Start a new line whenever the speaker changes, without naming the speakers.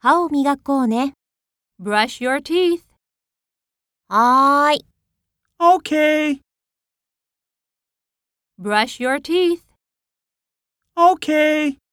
歯を磨こうね。
Brush your teeth.
はーい。
Okay,
Brush your teeth.
okay.